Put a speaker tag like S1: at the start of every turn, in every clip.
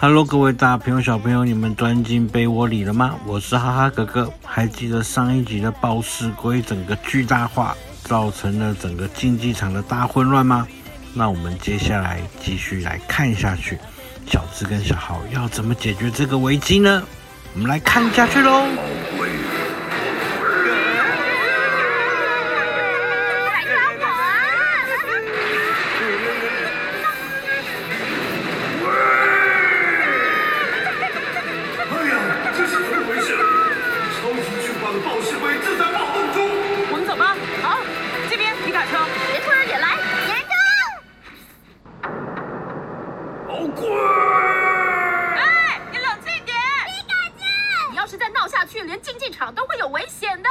S1: Hello，各位大朋友小朋友，你们钻进被窝里了吗？我是哈哈哥哥。还记得上一集的暴噬龟整个巨大化，造成了整个竞技场的大混乱吗？那我们接下来继续来看下去，小智跟小豪要怎么解决这个危机呢？我们来看下去喽。
S2: 来抓我啊！
S3: 哎呀，这是怎么回事？超级巨大的暴食龟正在暴动中。
S4: 我们走吧。好，这边皮卡丘。
S2: 别突然也来，严重！
S3: 好鬼！
S4: 哎，你冷静点。
S2: 皮卡丘，
S4: 你要是再闹下去，连竞技场都会有危险的。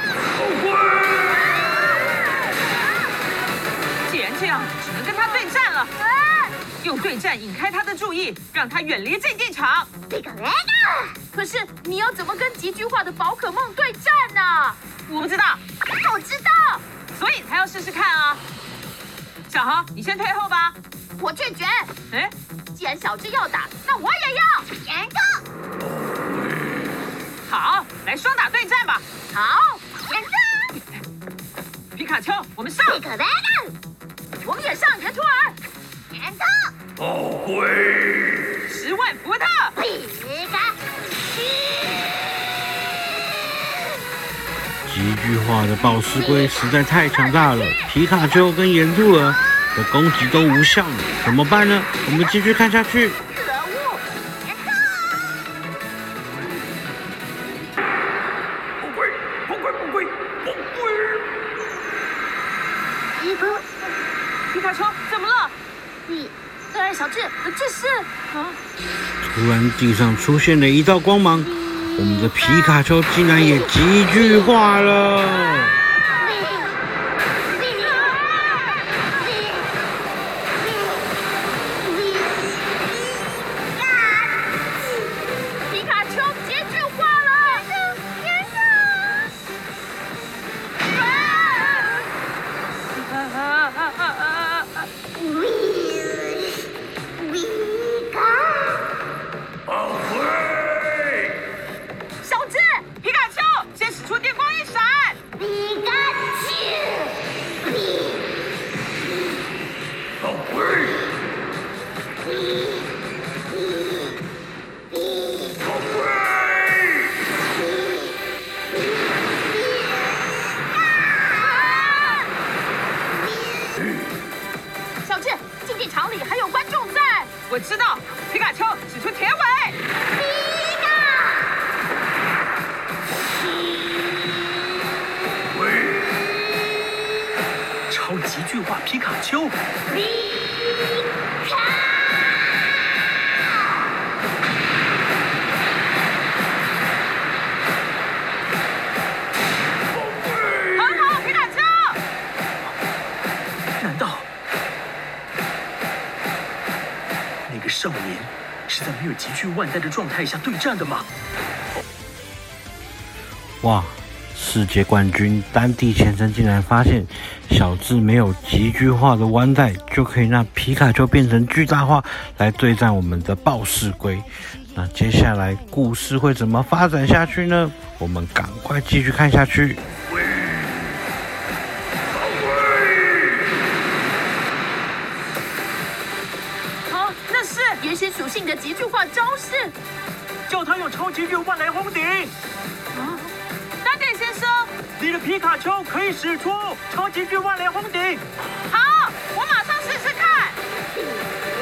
S3: 好鬼！
S4: 既然这样，只能跟他对战了。
S2: 啊，
S4: 用对战引开他的注意，让他远离竞技场。
S2: 这个来个，
S4: 可是你要怎么跟极巨化的宝可梦对战呢、我不知道，
S2: 我知道，
S4: 所以才要试试看啊。小豪，你先退后吧。
S2: 我拒绝。
S4: 哎，
S2: 既然小智要打，那我也要。严重，
S4: 好，来双打对战吧。
S2: 好，严重，
S4: 皮卡丘，我们上，
S2: 这个来个，
S4: 我们也上圆兔儿，
S2: 严重，
S3: 好鬼！
S4: 十万伏特。
S2: 皮卡
S1: 极巨化的暴食龟实在太强大了，皮卡丘跟岩兔儿的攻击都无效了，怎么办呢？我们继续看下去。
S2: 可恶，严重，
S3: 不归，不归，不归，不归！
S2: 皮卡，
S4: 皮卡丘，怎么了？
S2: 你，呃，小智，这是
S4: 啊，
S1: 突然地上出现了一道光芒，我们的皮卡丘竟然也极巨化了。
S4: 皮卡丘结局化了。啊啊啊啊啊啊！
S3: 好鬼！
S4: 小智，皮卡丘，先使出电光一闪。
S3: 好鬼！好鬼！
S4: 小智，竞技场里还有观众在。我知道，皮卡丘使出铁尾。
S3: 超级巨化皮卡丘，
S4: 很好，皮卡丘。
S5: 难道那个少年是在没有集聚万代的状态下对战的吗？
S1: 哇！世界冠军丹地前程竟然发现，小智没有极巨化的弯带，就可以让皮卡丘变成巨大化来对战我们的暴噬龟。那接下来故事会怎么发展下去呢？我们赶快继续看下去。
S4: 啊，那是原始属性的极巨化招式。
S5: 叫他用超级巨万来轰顶！
S4: 丹点先生，
S5: 你的皮卡丘可以使出超级巨万来轰顶！
S4: 好，我马上试试看。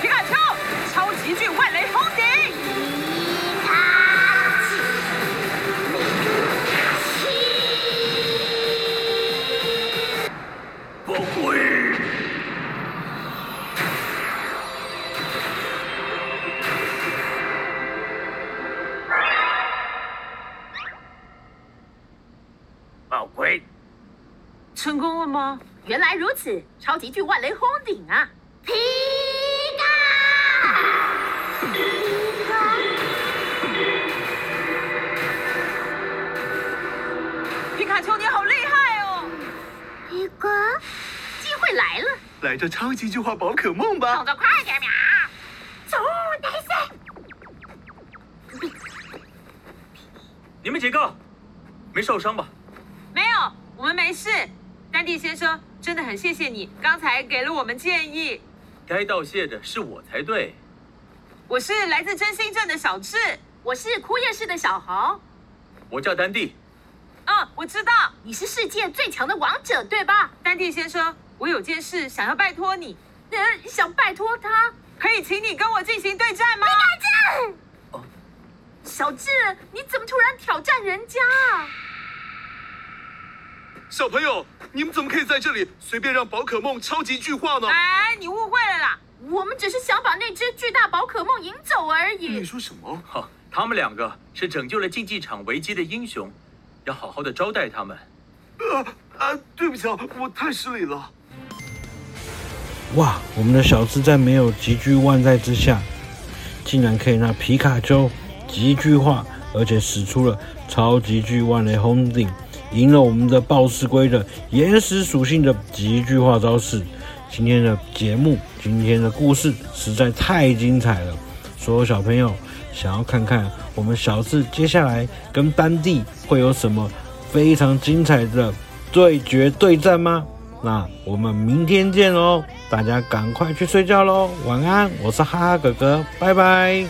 S4: 皮卡丘，超级巨万雷轰顶！
S3: 不归！好鬼！
S4: 成功了吗？
S2: 原来如此，超级巨万雷轰顶啊！皮卡，
S4: 皮卡
S5: 来这超级巨化宝可梦吧
S2: 动！作快点喵！走，男生，
S5: 你们几个没受伤吧？
S4: 没有，我们没事。丹蒂先生，真的很谢谢你，刚才给了我们建议。
S5: 该道谢的是我才对。
S4: 我是来自真心镇的小智。
S2: 我是枯叶市的小豪，
S5: 我叫丹蒂，
S4: 嗯，我知道，
S2: 你是世界最强的王者对吧？
S4: 丹蒂先生，我有件事想要拜托你，
S2: 呃，想拜托他。
S4: 可以请你跟我进行对战吗？
S2: 大
S5: 哦
S2: 战。小智，你怎么突然挑战人家啊？
S3: 小朋友，你们怎么可以在这里随便让宝可梦超级巨化呢？
S4: 哎，你误会了啦。
S2: 我们只是想把那只巨大宝可梦引走而
S3: 你
S2: 已。
S3: 说什么？
S5: 哈、他们两个是拯救了竞技场危机的英雄，要好好的招待他们。
S3: 啊，对不起啊，我太失礼了。
S1: 哇，我们的小智在没有极具万载之下，竟然可以让皮卡丘极具化，而且使出了超级巨万雷轰顶，赢了我们的暴噬龟的岩石属性的极具化招式。今天的节目，今天的故事实在太精彩了，所有小朋友想要看看我们小智接下来跟丹帝会有什么非常精彩的对决对战吗？那我们明天哦见喽！大家赶快去睡觉喽，晚安！我是哈哈哥哥，拜拜。